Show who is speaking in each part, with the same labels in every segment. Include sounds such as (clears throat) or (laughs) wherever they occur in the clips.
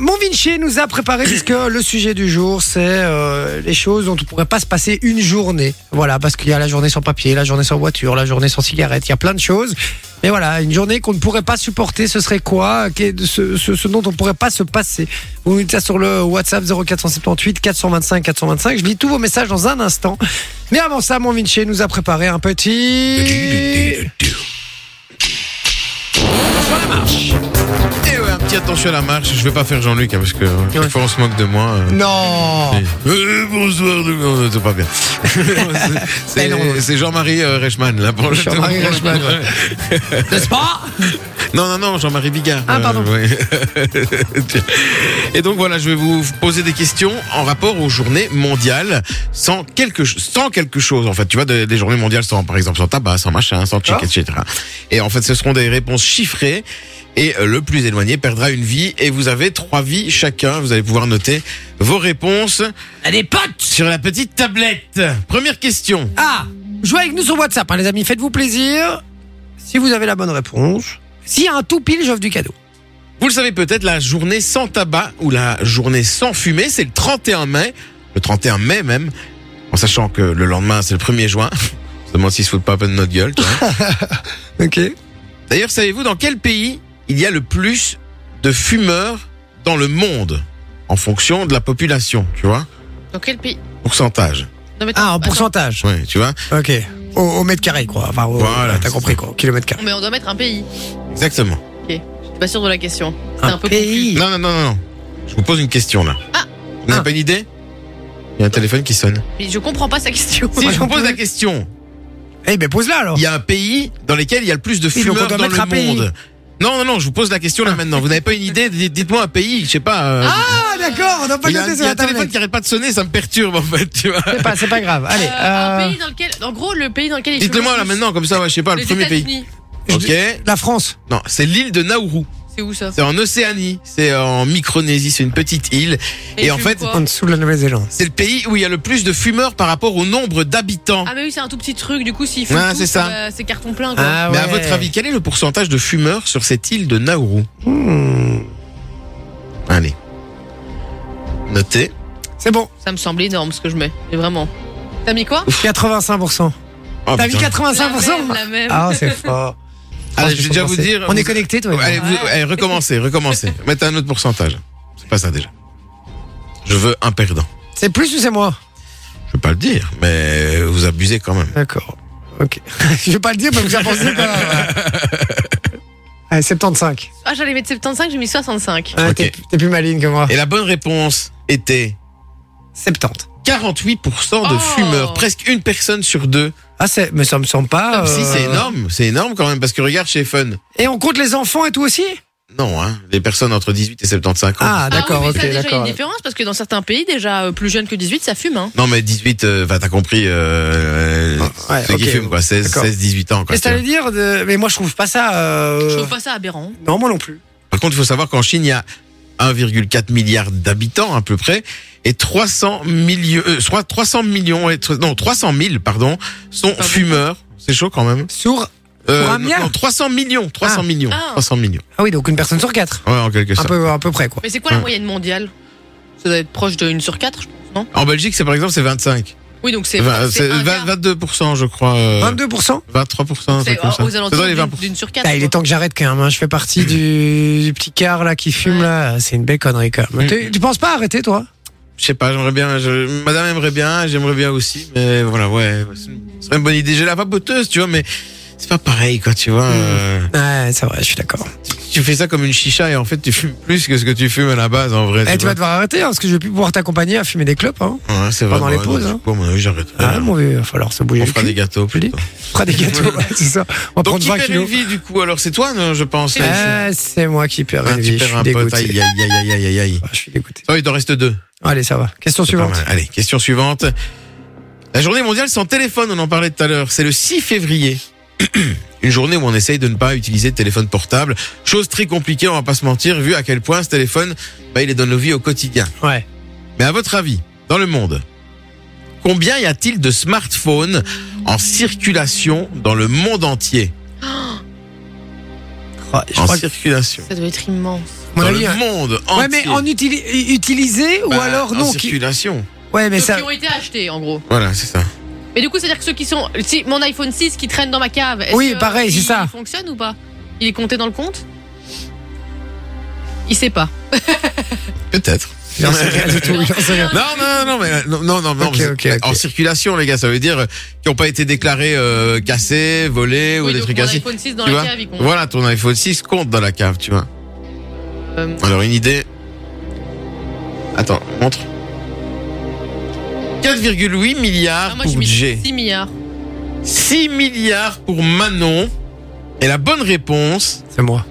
Speaker 1: mon Vinci nous a préparé, puisque le sujet du jour, c'est euh, les choses dont on pourrait pas se passer une journée. Voilà, parce qu'il y a la journée sans papier, la journée sans voiture, la journée sans cigarette, il y a plein de choses. Mais voilà, une journée qu'on ne pourrait pas supporter, ce serait quoi Qu'est- ce, ce- ce dont on pourrait pas se passer Vous nous dites ça sur le WhatsApp 0478 425 425. Je lis tous vos messages dans un instant. Mais avant ça, mon Vinci nous a préparé un petit...
Speaker 2: Eh ouais, un petit attention à la marche. Je vais pas faire Jean-Luc hein, parce que euh, chaque
Speaker 1: Ouais.
Speaker 2: fois on se moque de moi. euh.
Speaker 1: Non
Speaker 2: Et- Euh, bonsoir, tout le monde. c'est
Speaker 1: (laughs)
Speaker 2: pas bien.
Speaker 1: Mais
Speaker 2: C'est-
Speaker 1: non.
Speaker 2: c'est Jean-Marie euh, Reichmann là pour le-
Speaker 1: Jean-Marie Reichmann,
Speaker 2: (laughs)
Speaker 1: ouais. N'est-ce pas
Speaker 2: Non, non, non, Jean-Marie Bigard. Euh,
Speaker 1: Ah, pardon.
Speaker 2: ouais. (laughs) Et donc voilà, je vais vous poser des questions en rapport aux journées mondiales sans quelque, ch- sans quelque chose, en fait. Tu vois, des, des journées mondiales sans, par exemple, sans tabac, sans machin, sans chic,
Speaker 1: Ah.
Speaker 2: etc. Et en fait, ce seront des réponses chiffrées. Et euh, le plus éloigné perdra une vie. Et vous avez trois vies chacun. Vous allez pouvoir noter vos réponses
Speaker 1: Allez, potes
Speaker 2: sur la petite tablette. Première question.
Speaker 1: Ah, jouez avec nous sur WhatsApp, hein, les amis. Faites-vous plaisir. Si vous avez la bonne réponse, s'il y a un tout pile, j'offre du cadeau.
Speaker 2: Vous le savez peut-être, la journée sans tabac ou la journée sans fumée, c'est le 31 mai, le 31 mai même, en sachant que le lendemain, c'est le 1er juin. (laughs) On se demande s'ils se foutent pas un peu de notre
Speaker 1: (laughs)
Speaker 2: gueule. tu vois.
Speaker 1: Ok.
Speaker 2: D'ailleurs, savez-vous dans quel pays il y a le plus de fumeurs dans le monde en fonction de la population, tu vois
Speaker 3: Dans quel pays
Speaker 2: Pourcentage.
Speaker 3: Non, mais
Speaker 1: Ah, en
Speaker 3: attends.
Speaker 1: pourcentage.
Speaker 2: Ouais, tu vois
Speaker 1: Ok. Au, au mètre carré, quoi. Enfin, au-
Speaker 2: Voilà,
Speaker 1: t'as
Speaker 2: c'est
Speaker 1: compris, quoi. au kilomètre carré.
Speaker 3: Mais on doit mettre un pays.
Speaker 2: Exactement.
Speaker 3: Je suis pas sûre de la question. C'est un, peu
Speaker 1: pays.
Speaker 2: Non, non, non, non, non. Je vous pose une question là.
Speaker 3: Ah.
Speaker 2: Vous n'avez
Speaker 1: Ah.
Speaker 2: pas une idée Il y a un téléphone qui sonne.
Speaker 3: confus. Mais je comprends pas sa question.
Speaker 2: Si
Speaker 1: Moi
Speaker 2: je
Speaker 1: non
Speaker 2: vous pose
Speaker 1: plus.
Speaker 2: la question,
Speaker 1: Eh ben, pose-la alors.
Speaker 2: Il y a un pays dans lequel il y a le plus de
Speaker 1: Oui, donc on
Speaker 2: fumeurs
Speaker 1: doit
Speaker 2: dans
Speaker 1: mettre
Speaker 2: le
Speaker 1: un pays.
Speaker 2: monde. Non, non, non, je vous pose la question là maintenant. Vous n'avez pas une idée Dites- Dites-moi un pays, je sais pas. euh,
Speaker 1: Ah, d'accord, on n'a pas
Speaker 2: il y a, un-
Speaker 1: noté
Speaker 2: il y
Speaker 1: sur
Speaker 2: a un téléphone
Speaker 1: Internet.
Speaker 2: qui arrête pas de sonner, ça me perturbe en fait, tu
Speaker 1: (laughs)
Speaker 2: vois.
Speaker 1: C'est pas, c'est pas grave. Allez,
Speaker 3: Euh, Un
Speaker 1: euh,
Speaker 3: pays dans lequel. En gros, le pays dans lequel il
Speaker 2: Dites-le-moi là maintenant, comme ça, ouais, je sais pas, le
Speaker 3: Les
Speaker 2: premier pays.
Speaker 3: États-Unis.
Speaker 1: Je
Speaker 2: Ok.
Speaker 1: la France.
Speaker 2: Non, c'est l'île de Nauru.
Speaker 3: C'est où ça
Speaker 2: C'est en Océanie. C'est euh, en Micronésie, c'est une petite île. Et,
Speaker 3: ils
Speaker 2: en
Speaker 3: fument
Speaker 2: fait,
Speaker 3: quoi
Speaker 1: En dessous de la Nouvelle-Zélande.
Speaker 2: c'est le pays où il y a le plus de fumeurs par rapport au nombre d'habitants.
Speaker 3: Ah, mais oui, c'est un tout petit truc, du coup, s'il faut.
Speaker 2: Ouais, c'est ça.
Speaker 3: c'est carton plein, quoi.
Speaker 1: Ah.
Speaker 2: Mais à votre avis, quel est le pourcentage de fumeurs sur cette île de Nauru
Speaker 1: Hmm.
Speaker 2: Allez. Notez.
Speaker 1: C'est bon.
Speaker 3: Ça me semble énorme ce que je mets. Mais vraiment. T'as mis quoi
Speaker 1: 85%.
Speaker 2: Oh,
Speaker 1: T'as vu
Speaker 2: putain.
Speaker 1: 85%
Speaker 3: La même.
Speaker 1: Ah, c'est fort.
Speaker 2: Allez,
Speaker 1: Ah,
Speaker 2: je vais déjà vous
Speaker 1: pensé.
Speaker 2: dire.
Speaker 1: On
Speaker 2: vous-
Speaker 1: est connectés, toi. et moi.
Speaker 2: Allez, vous- allez,
Speaker 1: (laughs)
Speaker 2: recommencez, recommencez. Mettez un autre pourcentage. C'est pas ça déjà. Je veux un perdant.
Speaker 1: C'est plus ou c'est moi
Speaker 2: Je veux pas le dire, mais vous abusez quand même.
Speaker 1: D'accord. Ok. (laughs) je vais pas le dire parce que j'ai pensé que. Allez, 75.
Speaker 3: Ah, j'allais mettre 75, j'ai mis 65.
Speaker 1: Ouais,
Speaker 2: Ok.
Speaker 1: t'es- T'es plus maligne que moi.
Speaker 2: Et la bonne réponse était
Speaker 1: 70.
Speaker 2: 48% de
Speaker 3: Oh.
Speaker 2: fumeurs, presque une personne sur deux.
Speaker 1: Ah, c'est, mais ça me semble pas.
Speaker 2: Comme si
Speaker 1: euh,
Speaker 2: c'est énorme, c'est énorme quand même, parce que regarde chez Fun.
Speaker 1: Et on compte les enfants et tout aussi
Speaker 2: Non, hein, les personnes entre 18 et 75 ans.
Speaker 1: Ah, d'accord,
Speaker 3: ah, oui,
Speaker 1: ok,
Speaker 3: mais ça, déjà, il y a
Speaker 1: d'accord.
Speaker 3: une différence parce que dans certains pays, déjà euh, plus jeune que 18, ça fume, hein.
Speaker 2: Non, mais 18, euh, enfin, t'as compris, euh,
Speaker 1: Ah, ouais,
Speaker 2: ceux qui
Speaker 1: ok.
Speaker 2: fument, quoi, 16,
Speaker 1: D'accord.
Speaker 2: 16, 18 ans, quoi.
Speaker 1: Et ça
Speaker 2: tu
Speaker 1: veut
Speaker 2: vois.
Speaker 1: dire. de- Mais moi, je trouve pas ça. euh,
Speaker 3: Je trouve pas ça aberrant.
Speaker 1: Non, moi non plus.
Speaker 2: Par contre, il faut savoir qu'en Chine, il y a 1,4 milliard d'habitants à peu près et 300 millions, euh, soit 300 millions et tr- non 300 000 pardon sont
Speaker 3: Pardon.
Speaker 2: fumeurs. C'est chaud quand même.
Speaker 1: Sourd Pour un
Speaker 2: non,
Speaker 1: milliard
Speaker 2: non, 300 millions, 300
Speaker 1: Ah.
Speaker 2: millions,
Speaker 3: Ah.
Speaker 2: 300 millions.
Speaker 1: Ah oui, donc une personne sur quatre.
Speaker 2: Ouais, en quelque
Speaker 1: Un
Speaker 2: sorte.
Speaker 1: peu, à peu près, quoi.
Speaker 3: Mais c'est quoi la
Speaker 2: Ouais.
Speaker 3: moyenne mondiale Ça doit être proche de 1 sur 4, je pense, non
Speaker 2: En Belgique, c'est par exemple c'est 25,
Speaker 3: Oui, donc c'est.
Speaker 2: Vingt- Bah,
Speaker 3: c'est
Speaker 2: c'est
Speaker 3: un
Speaker 2: vingt-
Speaker 3: quart.
Speaker 2: 22 je crois, euh,
Speaker 1: 22%
Speaker 2: 23 un
Speaker 3: C'est
Speaker 2: truc comme ça.
Speaker 3: aux
Speaker 2: C'est dans
Speaker 3: alentours
Speaker 2: les
Speaker 3: d'une-
Speaker 2: 20
Speaker 3: d'une sur 4.
Speaker 1: Ah, il est temps que j'arrête quand même. hein. Je fais
Speaker 2: (laughs)
Speaker 1: partie du, du petit quart là qui fume
Speaker 3: Ouais.
Speaker 1: là. C'est une belle connerie quand même.
Speaker 2: Mm.
Speaker 1: Tu, tu penses pas arrêter toi
Speaker 2: Je sais pas, j'aimerais bien, je- madame aimerait bien, j'aimerais bien aussi, mais voilà, ouais, c'est une- ce serait une bonne idée. J'ai la vapoteuse, tu vois, mais c'est pas pareil, quoi, tu vois.
Speaker 1: Hmm.
Speaker 2: euh,
Speaker 1: Ouais, c'est vrai, je suis d'accord.
Speaker 2: Tu fais ça comme une chicha et en fait tu fumes plus que ce que tu fumes à la base en vrai.
Speaker 1: Eh, tu
Speaker 2: tu
Speaker 1: vas
Speaker 2: vois.
Speaker 1: devoir arrêter hein, parce que je vais plus pouvoir t'accompagner à fumer des clopes. Hein.
Speaker 2: Ouais, c'est vrai.
Speaker 1: pendant les
Speaker 2: Ouais,
Speaker 1: pauses,
Speaker 2: non,
Speaker 1: hein.
Speaker 2: bon, mon avis, j'arrête.
Speaker 1: Ah mon vieux, il va falloir se bouger.
Speaker 2: on
Speaker 1: le
Speaker 2: fera
Speaker 1: cul.
Speaker 2: des gâteaux. plutôt.
Speaker 1: On fera des gâteaux, ouais, c'est ça. On va
Speaker 2: Donc
Speaker 1: prendre
Speaker 2: qui
Speaker 1: 20
Speaker 2: perd une
Speaker 1: kilos.
Speaker 2: vie du coup Alors c'est toi, non, je pense.
Speaker 3: C'est
Speaker 2: hein.
Speaker 1: Ah, c'est moi qui perds
Speaker 2: Ah,
Speaker 1: une
Speaker 2: tu
Speaker 1: vie. Je
Speaker 2: perds
Speaker 1: suis
Speaker 2: un pote.
Speaker 1: dégoûté.
Speaker 2: Aïe, aïe, aïe, aïe, aïe, aïe.
Speaker 1: Ah, je suis dégoûté.
Speaker 2: Oh, il t'en reste deux.
Speaker 1: Allez, ça va. Question
Speaker 2: C'est pas
Speaker 1: suivante.
Speaker 2: mal. Allez, question suivante. La journée mondiale sans téléphone, on en parlait tout à l'heure. C'est le 6 février. (clears throat) Une journée où on essaye de ne pas utiliser de téléphone portable. Chose très compliquée, on va pas se mentir, vu à quel point ce téléphone, bah, il est dans nos vies au quotidien.
Speaker 1: Ouais.
Speaker 2: Mais à votre avis, dans le monde, combien y a-t-il de smartphones en circulation dans le monde entier
Speaker 1: Oh, je Oh,
Speaker 2: En
Speaker 1: crois que-
Speaker 2: circulation.
Speaker 3: Ça doit être immense.
Speaker 1: mon
Speaker 2: dans
Speaker 1: avis.
Speaker 2: le
Speaker 1: hein.
Speaker 2: monde entier.
Speaker 1: Ouais, mais en utili- utiliser ou
Speaker 2: Bah,
Speaker 1: alors
Speaker 2: En
Speaker 1: non. qui-
Speaker 2: circulation.
Speaker 1: Ouais, mais
Speaker 3: Ceux
Speaker 1: ça.
Speaker 3: qui ont été achetés, en gros.
Speaker 2: Voilà, c'est ça.
Speaker 3: Mais du coup, c'est-à-dire que ceux qui sont. Si mon iPhone 6 qui traîne dans ma cave. est-ce
Speaker 1: Oui,
Speaker 3: que
Speaker 1: pareil, c'est
Speaker 3: il
Speaker 1: ça.
Speaker 3: fonctionne ou pas Il est compté dans le compte Il sait pas.
Speaker 2: Peut-être.
Speaker 1: Il en
Speaker 2: (laughs)
Speaker 1: sait rien du tout, il en sait rien.
Speaker 2: Non, non, non, mais non, non, non, non,
Speaker 1: Ok,
Speaker 2: mais
Speaker 1: ok,
Speaker 2: c'est-
Speaker 1: ok.
Speaker 2: en circulation, les gars, ça veut dire euh, qui n'ont pas été déclarés euh, cassés, volés ou
Speaker 3: Oui,
Speaker 2: des
Speaker 3: donc
Speaker 2: trucs
Speaker 3: mon
Speaker 2: ainsi.
Speaker 3: iPhone 6 dans
Speaker 2: Tu
Speaker 3: la
Speaker 2: vois
Speaker 3: cave, il compte.
Speaker 2: Voilà, ton iPhone 6 compte dans la cave, tu vois.
Speaker 3: Euh,
Speaker 2: Alors une idée. Attends, montre. 4,8
Speaker 3: ah,
Speaker 2: milliards
Speaker 3: moi, j'ai
Speaker 2: pour
Speaker 3: mis
Speaker 2: G.
Speaker 3: 6 milliards.
Speaker 2: 6 milliards pour Manon. Et la bonne réponse,
Speaker 1: C'est moi.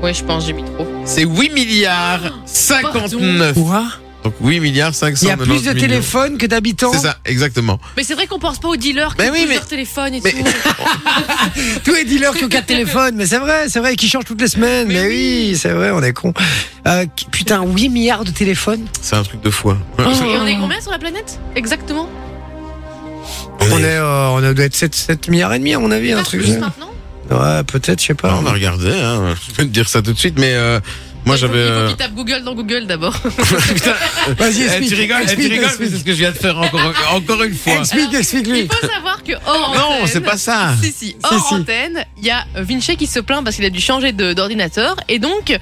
Speaker 3: Ouais, je pense, j'ai mis trop.
Speaker 2: c'est 8 milliards 59.
Speaker 1: Quoi
Speaker 2: Donc 8 milliards
Speaker 1: Il y a plus de
Speaker 2: 599 millions.
Speaker 1: téléphones que d'habitants.
Speaker 2: C'est ça, exactement.
Speaker 3: Mais c'est vrai qu'on pense pas aux dealers qui
Speaker 2: Mais
Speaker 3: ont
Speaker 2: oui,
Speaker 3: plusieurs
Speaker 2: mais-
Speaker 3: téléphones et
Speaker 2: mais- (laughs)
Speaker 3: tout.
Speaker 1: Tous les dealers qui ont quatre téléphones, mais c'est vrai, c'est vrai, qui changent toutes les semaines. Mais,
Speaker 3: Mais
Speaker 1: oui, c'est vrai, on est con. Euh, putain, 8 milliards de téléphones.
Speaker 2: C'est un truc de hein. foi. (laughs)
Speaker 3: Et on est combien sur la planète Exactement
Speaker 1: On est, euh, on doit être 7, 7 milliards et demi à mon avis, un
Speaker 3: Pas
Speaker 1: truc.
Speaker 3: plus
Speaker 1: comme
Speaker 3: maintenant
Speaker 1: ça. Ouais, peut-être, je sais
Speaker 2: Alors,
Speaker 1: pas.
Speaker 2: on va regarder, hein. je peux te dire ça tout de suite, mais euh, moi
Speaker 3: Il faut-
Speaker 2: j'avais...
Speaker 3: Il faut
Speaker 2: euh,
Speaker 3: qu'il tape Google dans Google d'abord.
Speaker 2: Putain,
Speaker 1: (laughs) Vas-y,
Speaker 2: eh,
Speaker 1: explique.
Speaker 2: tu rigoles, eh, tu
Speaker 1: explique,
Speaker 2: rigoles, mais Bah, c'est
Speaker 1: explique.
Speaker 2: ce que je viens de faire encore, encore une fois.
Speaker 1: Explique, explique lui.
Speaker 3: Il faut savoir que oh, hors
Speaker 2: Non,
Speaker 3: antenne-
Speaker 2: c'est pas ça.
Speaker 3: Si, si. Hors
Speaker 1: Ah. si.
Speaker 3: antenne, il y a Vinci qui se plaint parce qu'il a dû changer de- d'ordinateur. Et donc,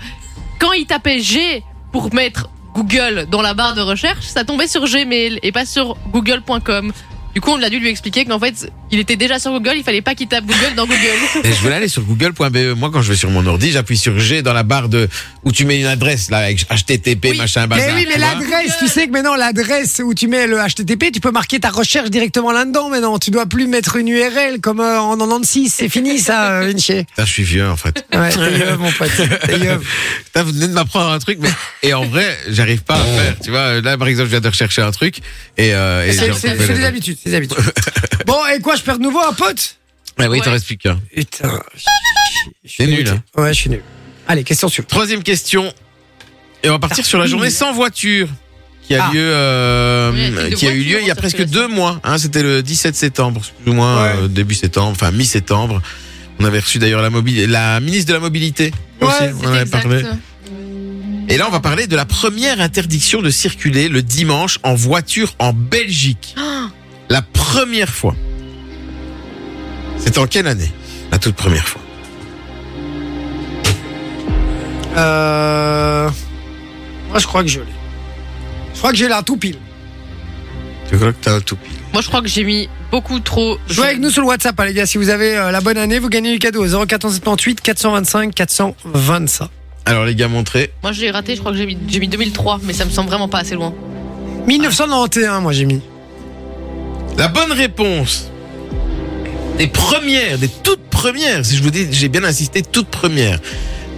Speaker 3: quand il tapait G pour mettre Google dans la barre de recherche, ça tombait sur Gmail et pas sur google.com. Du coup, on a dû lui expliquer qu'en fait, il était déjà sur Google, il fallait pas qu'il tape Google
Speaker 1: (laughs)
Speaker 3: dans Google.
Speaker 2: Et je voulais aller sur google.be. e. Moi, quand je vais sur mon ordi, j'appuie sur G dans la barre de où tu mets une adresse là avec HTTP
Speaker 3: Oui.
Speaker 2: machin bazar.
Speaker 1: Mais oui, mais
Speaker 2: tu vois.
Speaker 1: l'adresse, tu sais que maintenant, l'adresse où tu mets le HTTP, tu peux marquer ta recherche directement là-dedans maintenant. Tu dois plus mettre une URL comme euh, en 96. C'est fini ça, euh, Vinci.
Speaker 2: Putain, je suis vieux en fait.
Speaker 1: Ouais, t'es gueule, mon pote. T'es gueule.
Speaker 2: (laughs) Putain, vous venez de m'apprendre un truc, mais et en vrai, j'arrive pas à faire. Tu vois, là par exemple, je viens de rechercher un truc et. Euh, et j'ai
Speaker 1: C'est c'est-
Speaker 2: retrouvé
Speaker 1: c'est
Speaker 2: la-
Speaker 1: des habitudes, c'est des habitudes. Bon, et quoi, je perds de nouveau un pote
Speaker 2: Ah oui, t'en
Speaker 3: Ouais.
Speaker 2: reste plus qu'un.
Speaker 1: Putain. je suis
Speaker 2: T'es nul, hein.
Speaker 1: Ouais, je suis nul. Allez, question suivante.
Speaker 2: Troisième question. Et on va partir sur la journée sans voiture qui a
Speaker 1: Ah.
Speaker 2: lieu, euh,
Speaker 3: Oui, il y a des
Speaker 2: qui a eu lieu
Speaker 3: voitures
Speaker 2: il y a
Speaker 3: en
Speaker 2: presque
Speaker 3: circulation.
Speaker 2: deux mois. Hein, C'était le 17 septembre, plus ou moins
Speaker 1: Ouais.
Speaker 2: euh, début septembre, enfin mi-septembre. On avait reçu d'ailleurs la, mobili- la ministre de la mobilité.
Speaker 1: Ouais,
Speaker 2: aussi,
Speaker 3: C'est
Speaker 2: on en avait
Speaker 3: exact. (gasps)
Speaker 2: parlé. Et là, on va parler de la première interdiction de circuler le dimanche en voiture en Belgique. La première fois. C'était en quelle année La toute première fois.
Speaker 1: Euh... Moi, je crois que je l'ai. Je crois que j'ai là tout pile.
Speaker 2: Tu crois que t'as un tout pile
Speaker 3: Moi, je crois que j'ai mis beaucoup trop.
Speaker 1: Jouez avec nous sur le WhatsApp, hein, les gars. Si vous avez euh, la bonne année, vous gagnez du cadeau. 0478 425 425.
Speaker 2: Alors les gars, montrez.
Speaker 3: Moi, j'ai raté, je crois que j'ai mis, j'ai mis 2003, mais ça me semble vraiment pas assez loin.
Speaker 1: 1991, moi, j'ai mis.
Speaker 2: La bonne réponse des premières, des toutes premières, si je vous dis, j'ai bien insisté, toutes premières.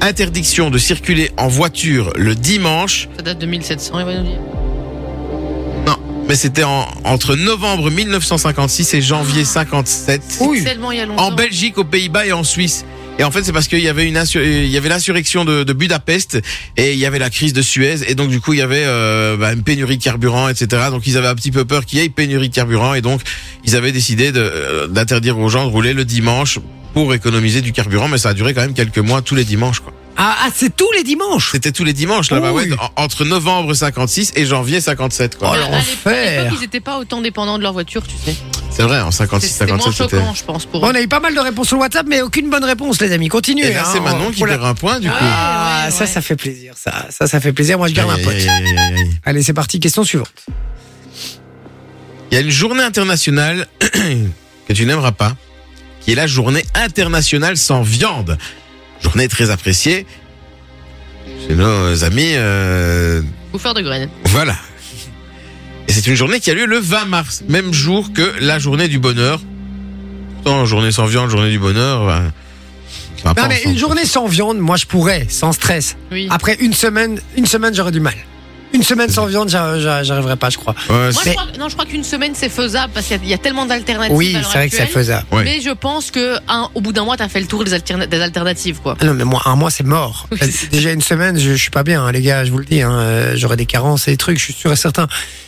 Speaker 2: Interdiction de circuler en voiture le dimanche.
Speaker 3: Ça date de 1700, il va nous dire.
Speaker 2: Non, mais c'était en- entre novembre 1956 et janvier 57.
Speaker 1: Ouh. Oui.
Speaker 3: Tellement il y a longtemps.
Speaker 2: En Belgique, aux Pays-Bas et en Suisse. Et en fait, c'est parce qu'il y avait une assur- il y avait l'insurrection de, de Budapest et il y avait la crise de Suez et donc du coup il y avait euh, bah, une pénurie de carburant, etc. Donc ils avaient un petit peu peur qu'il y ait pénurie de carburant et donc ils avaient décidé de, euh, d'interdire aux gens de rouler le dimanche pour économiser du carburant. Mais ça a duré quand même quelques mois tous les dimanches. Quoi.
Speaker 1: Ah, ah, c'est tous les dimanches.
Speaker 2: C'était tous les dimanches là-bas,
Speaker 1: Oui.
Speaker 2: ouais, en- entre novembre 56 et janvier 57. Quoi.
Speaker 1: Oh,
Speaker 3: Mais
Speaker 1: alors,
Speaker 3: à
Speaker 1: enfer.
Speaker 3: l'époque, ils étaient pas autant dépendants de leur voiture, tu sais.
Speaker 2: C'est vrai, en 56,
Speaker 3: C'était moins
Speaker 2: 57 c'était.
Speaker 3: choquant, je pense, pour
Speaker 1: Bon,
Speaker 3: eux.
Speaker 1: On a eu pas mal de réponses sur le WhatsApp, mais aucune bonne réponse, les amis. Continuez.
Speaker 2: Et là,
Speaker 1: hein,
Speaker 2: Eh ben, c'est Manon
Speaker 1: on-
Speaker 2: qui
Speaker 1: pour la-
Speaker 2: perd un point du coup.
Speaker 1: Ah,
Speaker 3: Ouais, ouais,
Speaker 1: ça,
Speaker 3: ouais.
Speaker 1: ça fait plaisir. Ça, ça, ça fait plaisir. Moi, je garde un
Speaker 2: Aïe,
Speaker 1: pote.
Speaker 2: aïe, aïe, aïe, aïe.
Speaker 1: Allez, c'est parti. Question suivante.
Speaker 2: Il y a une journée internationale (clears throat) que tu n'aimeras pas, qui est la journée internationale sans viande. Journée très appréciée chez nos amis. euh, (laughs)
Speaker 3: Bouffeur de graines.
Speaker 2: voilà. Et c'est une journée qui a lieu le 20 mars, même jour que la journée du bonheur. Pourtant, journée sans viande, journée du bonheur. bah, ça va
Speaker 1: Non,
Speaker 2: pas
Speaker 1: mais
Speaker 2: ensemble.
Speaker 1: une journée sans viande, moi, je pourrais, sans stress.
Speaker 3: Oui.
Speaker 1: Après une semaine, une semaine, j'aurais du mal. Une semaine sans viande, j'ar- j'ar- j'arriverais pas, je crois.
Speaker 2: Ouais,
Speaker 3: Moi,
Speaker 2: c'est-
Speaker 3: je crois, que- non, je crois qu'une semaine, c'est faisable parce qu'il y, a- il y a tellement d'alternatives.
Speaker 1: Oui,
Speaker 3: à l'heure
Speaker 1: c'est vrai que ça
Speaker 3: actuelle.
Speaker 1: faisait.
Speaker 2: Ouais.
Speaker 3: Mais je pense que un, au bout d'un mois, t'as fait le tour des, alterna- des alternatives, quoi.
Speaker 1: Ah non, mais moi, un mois, c'est mort. Euh,
Speaker 3: Oui, c'est-
Speaker 1: Déjà une semaine, je, je suis pas bien, hein, les gars, je vous le dis. Hein, euh, J'aurais des carences et des trucs, je suis sûr et certain.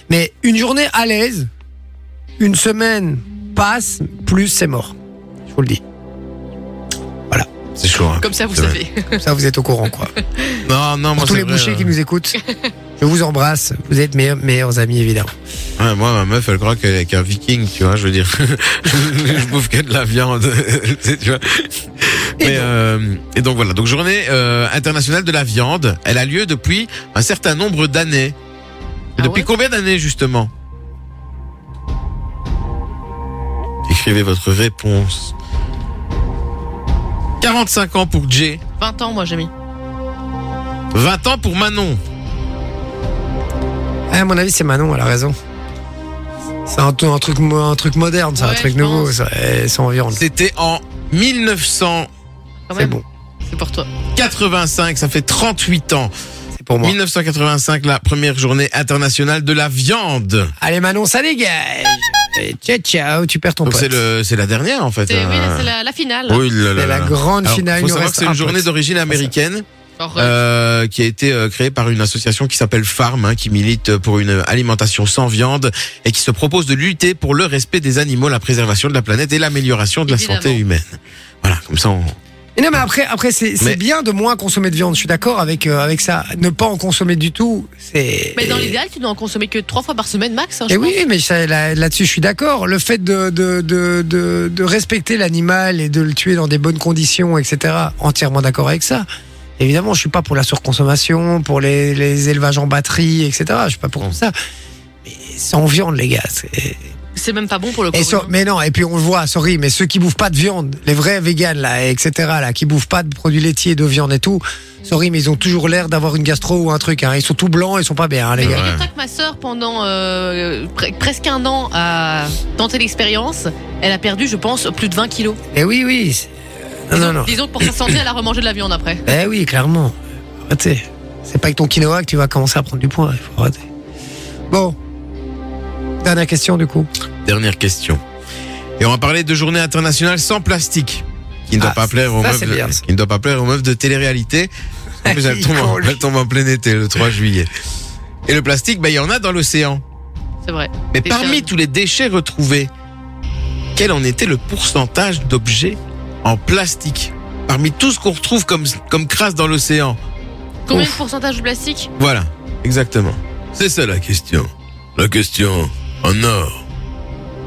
Speaker 1: Mais une journée à l'aise, une semaine passe, plus c'est mort. Je vous le dis.
Speaker 2: C'est chaud. hein.
Speaker 3: Comme ça, vous
Speaker 2: C'est vrai.
Speaker 3: savez. (laughs)
Speaker 1: Comme ça, vous êtes au courant, quoi.
Speaker 2: Non, non, moi
Speaker 1: Pour tous
Speaker 2: c'est
Speaker 1: les
Speaker 2: vrai,
Speaker 1: bouchers
Speaker 2: euh,
Speaker 1: qui nous écoutent, je vous embrasse. Vous êtes mes meilleurs amis, évidemment.
Speaker 2: ouais, moi, ma meuf, elle croit qu'elle est qu'un viking, tu vois. Je veux dire, (laughs) je bouffe que de la viande, (laughs) tu vois.
Speaker 1: Et
Speaker 2: Mais,
Speaker 1: donc
Speaker 2: euh, et donc voilà. Donc journée euh, internationale de la viande, elle a lieu depuis un certain nombre d'années. Et
Speaker 3: Ah
Speaker 2: depuis
Speaker 3: ouais
Speaker 2: combien d'années justement Écrivez votre réponse. 45 ans pour Jay,
Speaker 3: 20 ans, moi, j'ai mis.
Speaker 2: 20 ans pour Manon.
Speaker 1: Ah, à mon avis, c'est Manon, elle a raison. C'est un, un truc, mo- un truc moderne, ça, un
Speaker 3: Ouais,
Speaker 1: truc
Speaker 3: je
Speaker 1: nouveau,
Speaker 3: pense.
Speaker 1: ça, eh, sans viande.
Speaker 2: C'était en 1985,
Speaker 3: Quand
Speaker 1: C'est
Speaker 3: même.
Speaker 1: bon,
Speaker 3: C'est pour toi.
Speaker 2: ça fait 38 ans.
Speaker 1: c'est pour moi.
Speaker 2: 1985, la première journée internationale de la viande.
Speaker 1: Allez, Manon, ça dégage. Et Ciao, ciao, tu perds ton
Speaker 2: Donc
Speaker 1: pote.
Speaker 2: c'est le, c'est la dernière en fait.
Speaker 3: C'est
Speaker 1: Euh,
Speaker 3: oui,
Speaker 2: hein.
Speaker 3: c'est la, la finale.
Speaker 2: Oui, là, là,
Speaker 1: C'est la
Speaker 2: là.
Speaker 1: grande
Speaker 2: Alors,
Speaker 1: finale.
Speaker 2: faut
Speaker 1: il nous
Speaker 2: savoir
Speaker 1: reste
Speaker 2: que c'est
Speaker 1: un
Speaker 2: une journée
Speaker 1: pote.
Speaker 2: d'origine américaine
Speaker 3: Genre, euh,
Speaker 2: euh, qui a été euh, créée par une association qui s'appelle Farm, hein, qui milite pour une alimentation sans viande et qui se propose de lutter pour le respect des animaux, la préservation de la planète et l'amélioration de la
Speaker 3: Évidemment.
Speaker 2: santé humaine. Voilà, comme ça on...
Speaker 1: Et non, mais après, après c'est c'est
Speaker 2: Mais-
Speaker 1: bien de moins consommer de viande. Je suis d'accord avec, euh, avec ça. Ne pas en consommer du tout, c'est.
Speaker 3: Mais dans l'idéal, tu dois en consommer que 3 fois par semaine max. hein, je
Speaker 1: Et
Speaker 3: pense.
Speaker 1: Eh oui, mais ça, là- là-dessus, je suis d'accord. Le fait de, de, de, de, de respecter l'animal et de le tuer dans des bonnes conditions, etc., entièrement d'accord avec ça. Évidemment, je suis pas pour la surconsommation, pour les, les élevages en batterie, etc. Je suis pas pour
Speaker 2: Bon.
Speaker 1: tout ça. Mais sans viande, les gars. c'est-
Speaker 3: C'est même pas bon pour le corps.
Speaker 1: Et sur-
Speaker 3: humain.
Speaker 1: mais non, et puis on le voit, sorry, mais ceux qui bouffent pas de viande, les vrais véganes, là, etc., là, qui bouffent pas de produits laitiers, de viande et tout, sorry, mais ils ont toujours l'air d'avoir une gastro ou un truc. Hein. Ils sont tout blancs, ils sont pas bien, hein, les
Speaker 3: Mais
Speaker 1: gars.
Speaker 2: Ouais.
Speaker 3: figure-toi que ma sœur, pendant euh, pre- presque un an, a tenté l'expérience. Elle a perdu, je pense, plus de 20 kilos.
Speaker 1: Et Eh oui, oui. c'est- Non,
Speaker 3: disons,
Speaker 1: non, non.
Speaker 3: disons que pour sa santé, elle a remangé de la viande après.
Speaker 1: Eh oui, clairement. Arrêtez. C'est pas avec ton quinoa que tu vas commencer à prendre du poids. Il faut arrêter. Bon. Dernière question, du coup.
Speaker 2: Dernière question. Et on va parler de journée internationale sans plastique, qui ne doit
Speaker 1: Ah,
Speaker 2: pas plaire aux
Speaker 1: ça,
Speaker 2: meufs,
Speaker 1: c'est
Speaker 2: de-
Speaker 1: bien, ça.
Speaker 2: qui ne doit pas plaire aux meufs de télé-réalité. En
Speaker 1: (laughs)
Speaker 2: plus, elle
Speaker 1: Il
Speaker 2: tombe, en,
Speaker 1: colle.
Speaker 2: elle tombe en plein été, le 3 juillet. Et le plastique, bah, il y en a dans l'océan.
Speaker 3: C'est vrai.
Speaker 2: Mais
Speaker 3: Des
Speaker 2: parmi
Speaker 3: fermes.
Speaker 2: tous les déchets retrouvés, quel en était le pourcentage d'objets en plastique Parmi tout ce qu'on retrouve comme, comme crasse dans l'océan.
Speaker 3: Combien
Speaker 2: Ouf.
Speaker 3: de pourcentage de plastique
Speaker 2: Voilà, exactement. C'est ça la question. La question en or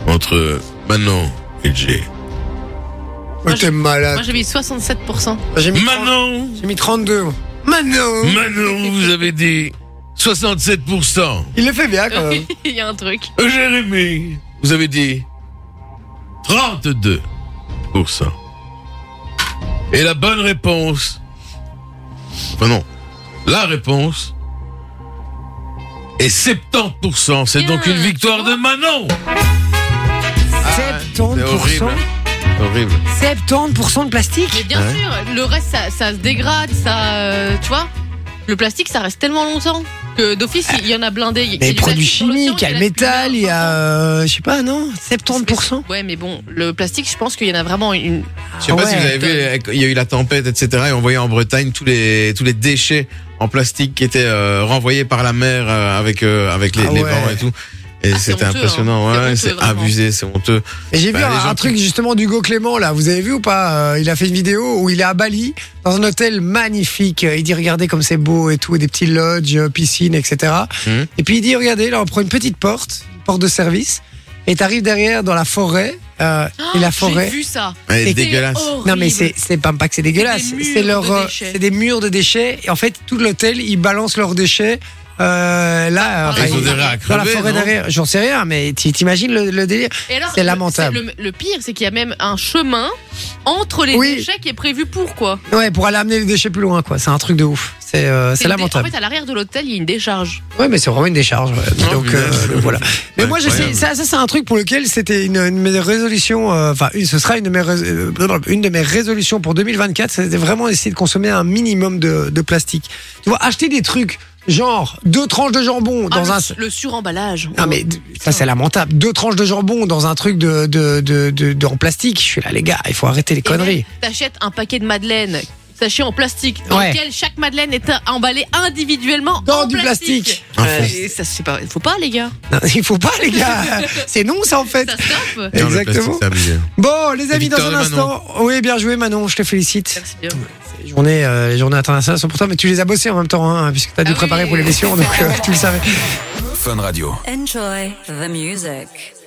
Speaker 2: entre Manon et Jay.
Speaker 1: Oh,
Speaker 3: Moi,
Speaker 1: T'es
Speaker 3: Moi,
Speaker 1: malade.
Speaker 3: j'ai mis 67%.
Speaker 1: J'ai mis, 30
Speaker 2: Manon
Speaker 1: j'ai mis 32. moi. Manon
Speaker 2: Manon, vous avez dit 67%.
Speaker 1: Il le fait bien, quand (laughs) même.
Speaker 3: (laughs) Il y a un truc.
Speaker 2: Jérémy, vous avez dit 32%. Et la bonne réponse. Enfin non, la réponse est 70%. C'est
Speaker 3: Bien,
Speaker 2: donc une victoire
Speaker 3: tu vois.
Speaker 2: de Manon.
Speaker 1: Ah.
Speaker 2: C'est
Speaker 1: 70%,
Speaker 2: horrible. hein. Horrible.
Speaker 1: 70% de
Speaker 3: Mais
Speaker 1: plastique
Speaker 3: bien
Speaker 2: Ouais.
Speaker 3: sûr, le reste, ça, ça se dégrade, ça. euh, tu vois Le plastique, ça reste tellement longtemps que d'office, il y en a blindé. Il y a
Speaker 1: Les
Speaker 3: du
Speaker 1: produits
Speaker 3: plastique dans l'océan,
Speaker 1: chimiques, il y a le
Speaker 3: reste plus
Speaker 1: métal,
Speaker 3: d'un.
Speaker 1: il y a. euh, je sais pas, non 70%
Speaker 3: Ouais, mais bon, le plastique, je pense qu'il y en a vraiment une.
Speaker 2: Je sais pas
Speaker 1: Ah
Speaker 2: si
Speaker 1: ouais.
Speaker 2: vous avez vu, il y a eu la tempête, etc. Et on voyait en Bretagne tous les tous les déchets en plastique qui étaient euh, renvoyés par la mer euh, avec euh, avec les,
Speaker 1: Ah
Speaker 2: les
Speaker 1: ouais.
Speaker 2: vents et tout. Et
Speaker 3: Ah, c'est
Speaker 2: c'était
Speaker 3: honteux,
Speaker 2: impressionnant.
Speaker 3: hein. C'est
Speaker 2: Ouais,
Speaker 3: honteux,
Speaker 2: c'est
Speaker 3: vraiment.
Speaker 2: abusé, c'est honteux.
Speaker 1: Et j'ai
Speaker 2: Bah,
Speaker 1: vu
Speaker 2: les
Speaker 1: un,
Speaker 2: gens
Speaker 1: un truc justement d'Hugo Clément là, vous avez vu ou pas Euh, Il a fait une vidéo où il est à Bali, dans un hôtel magnifique. Euh, Il dit regardez comme c'est beau et tout, et des petits lodges, euh, piscine, etc.
Speaker 2: Mhm.
Speaker 1: Et puis il dit regardez là on prend une petite porte, une porte de service, et t'arrives derrière dans la forêt, euh, et la forêt.
Speaker 3: Oh, J'ai vu ça.
Speaker 2: Ouais,
Speaker 1: Et-
Speaker 2: dégueulasse.
Speaker 1: Non mais c'est c'est pas, pas que c'est dégueulasse,
Speaker 3: C'est des
Speaker 1: c'est
Speaker 3: murs
Speaker 1: leur
Speaker 3: de
Speaker 1: euh,
Speaker 3: déchets.
Speaker 1: c'est des murs de déchets et en fait tout l'hôtel ils balancent leurs déchets euh, là
Speaker 3: Ah,
Speaker 1: enfin,
Speaker 2: Ils ont
Speaker 1: ils-
Speaker 2: des rats à
Speaker 1: dans la
Speaker 2: crever,
Speaker 1: forêt
Speaker 2: non
Speaker 1: derrière, j'en sais rien mais t'i- t'imagines le, le délire
Speaker 3: Et alors,
Speaker 1: c'est
Speaker 3: le-
Speaker 1: lamentable.
Speaker 3: c'est Le, le pire, c'est qu'il y a même un chemin entre les
Speaker 1: Oui.
Speaker 3: déchets qui est prévu pour quoi.
Speaker 1: Ouais pour aller amener les déchets plus loin quoi, c'est un truc de ouf, c'est euh, c'est
Speaker 3: une dé- ah
Speaker 1: lamentable.
Speaker 3: En fait, à l'arrière de l'hôtel, il y a une décharge.
Speaker 1: Ouais, mais c'est vraiment une décharge. ouais.
Speaker 2: Oh,
Speaker 1: donc,
Speaker 2: punaise.
Speaker 1: euh, donc
Speaker 2: (laughs)
Speaker 1: voilà. Mais moi, j'essaie.
Speaker 2: Incroyable.
Speaker 1: Ça, ça c'est un truc pour lequel c'était une, une de mes résolutions. euh, Enfin, une- ce sera une de mes rés- euh, une de mes résolutions pour 2024. C'était vraiment essayer de consommer un minimum de, de plastique. Tu vois, acheter des trucs genre deux tranches de jambon
Speaker 3: Ah,
Speaker 1: dans
Speaker 3: le,
Speaker 1: un.
Speaker 3: le suremballage.
Speaker 1: Non mais d- ça c'est lamentable. Deux tranches de jambon dans un truc de de, de, de- de- en plastique. Je suis là les gars, il faut arrêter les
Speaker 3: Et même,
Speaker 1: conneries.
Speaker 3: T'achètes un paquet de madeleines sachet en plastique dans
Speaker 1: Ouais.
Speaker 3: lequel chaque madeleine est emballée individuellement
Speaker 1: Dans
Speaker 3: en
Speaker 1: du plastique.
Speaker 2: Un
Speaker 3: Euh,
Speaker 2: fond.
Speaker 3: et ça, c'est pas, faut pas, les gars.
Speaker 1: Non, il faut pas, les
Speaker 3: (laughs)
Speaker 1: gars. C'est non, ça, en fait.
Speaker 3: Ça
Speaker 1: (laughs)
Speaker 3: stoppe.
Speaker 2: Non, le
Speaker 1: Exactement.
Speaker 2: plastique, c'est abusé.
Speaker 1: Bon, les
Speaker 2: C'est
Speaker 1: amis, dans
Speaker 2: victoire
Speaker 1: un
Speaker 2: de
Speaker 1: instant. Oui, bien joué, Manon. Je te félicite.
Speaker 3: Merci bien.
Speaker 1: Les journées, euh, les journées internationales sont pour toi, mais tu les as bossées en même temps, hein, puisque tu as dû
Speaker 3: Ah oui.
Speaker 1: préparer pour l'émission, donc euh, tu le savais.
Speaker 4: Fun Radio.
Speaker 5: Enjoy the music.